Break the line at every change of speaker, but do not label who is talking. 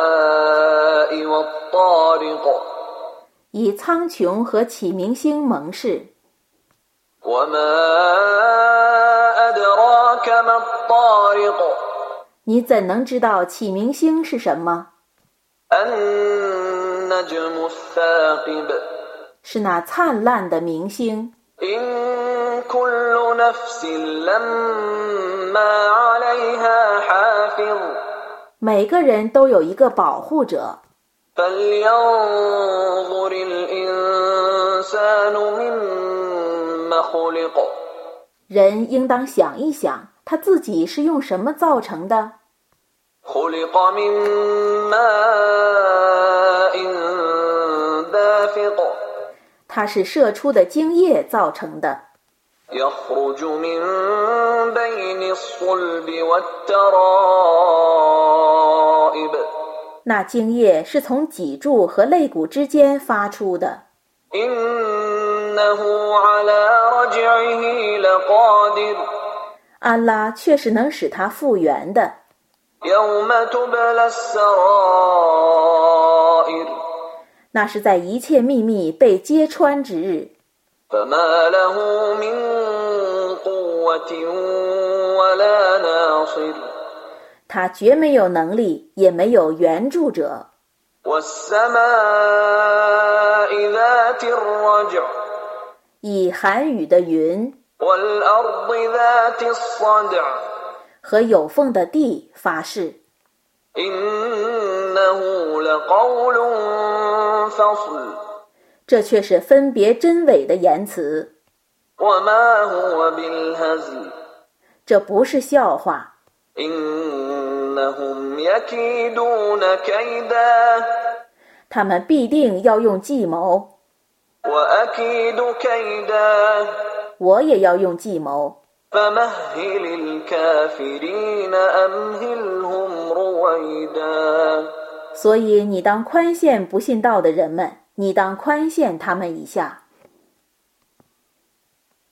والسماء والطارق
以苍穹和启明星盟誓。
وما أدراك ما الطارق
你怎能知道启明星是什么？
النجم الثاقب
是那灿烂的明星。
إن كل نفس لما عليها حافظ
每个人都有一个保护者，
فلينظر الإنسان مما خلق
人应当想一想，他自己是用什么造成的？
خلق من ماء دافق
它是射出的精液造成的，
يخرج من بين الصلب والترائب
那精液是从脊柱和肋骨之间发出的。
إنه على رجعه لقادر
安拉却是能使它复原的。
يوم تبلى السرائر
那是在一切秘密被揭穿之日，
فما له من قوة ولا ناصر
他绝没有能力，也没有援助者。
والسماء ذات الرجع
以寒雨的云
والأرض ذات الصدع
和有缝的地发誓，
إنه لقول فصل
这却是分别真伪的言辞，
وما هو بالهزل
这不是笑话。
إنهم يكيدون كيدا
他们必定要用计谋，
وأكيد كيدا
我也要用计谋。
فمهل الكافرين أمهلهم رويدا
所以你当宽限不信道的人们，你当宽限他们一下。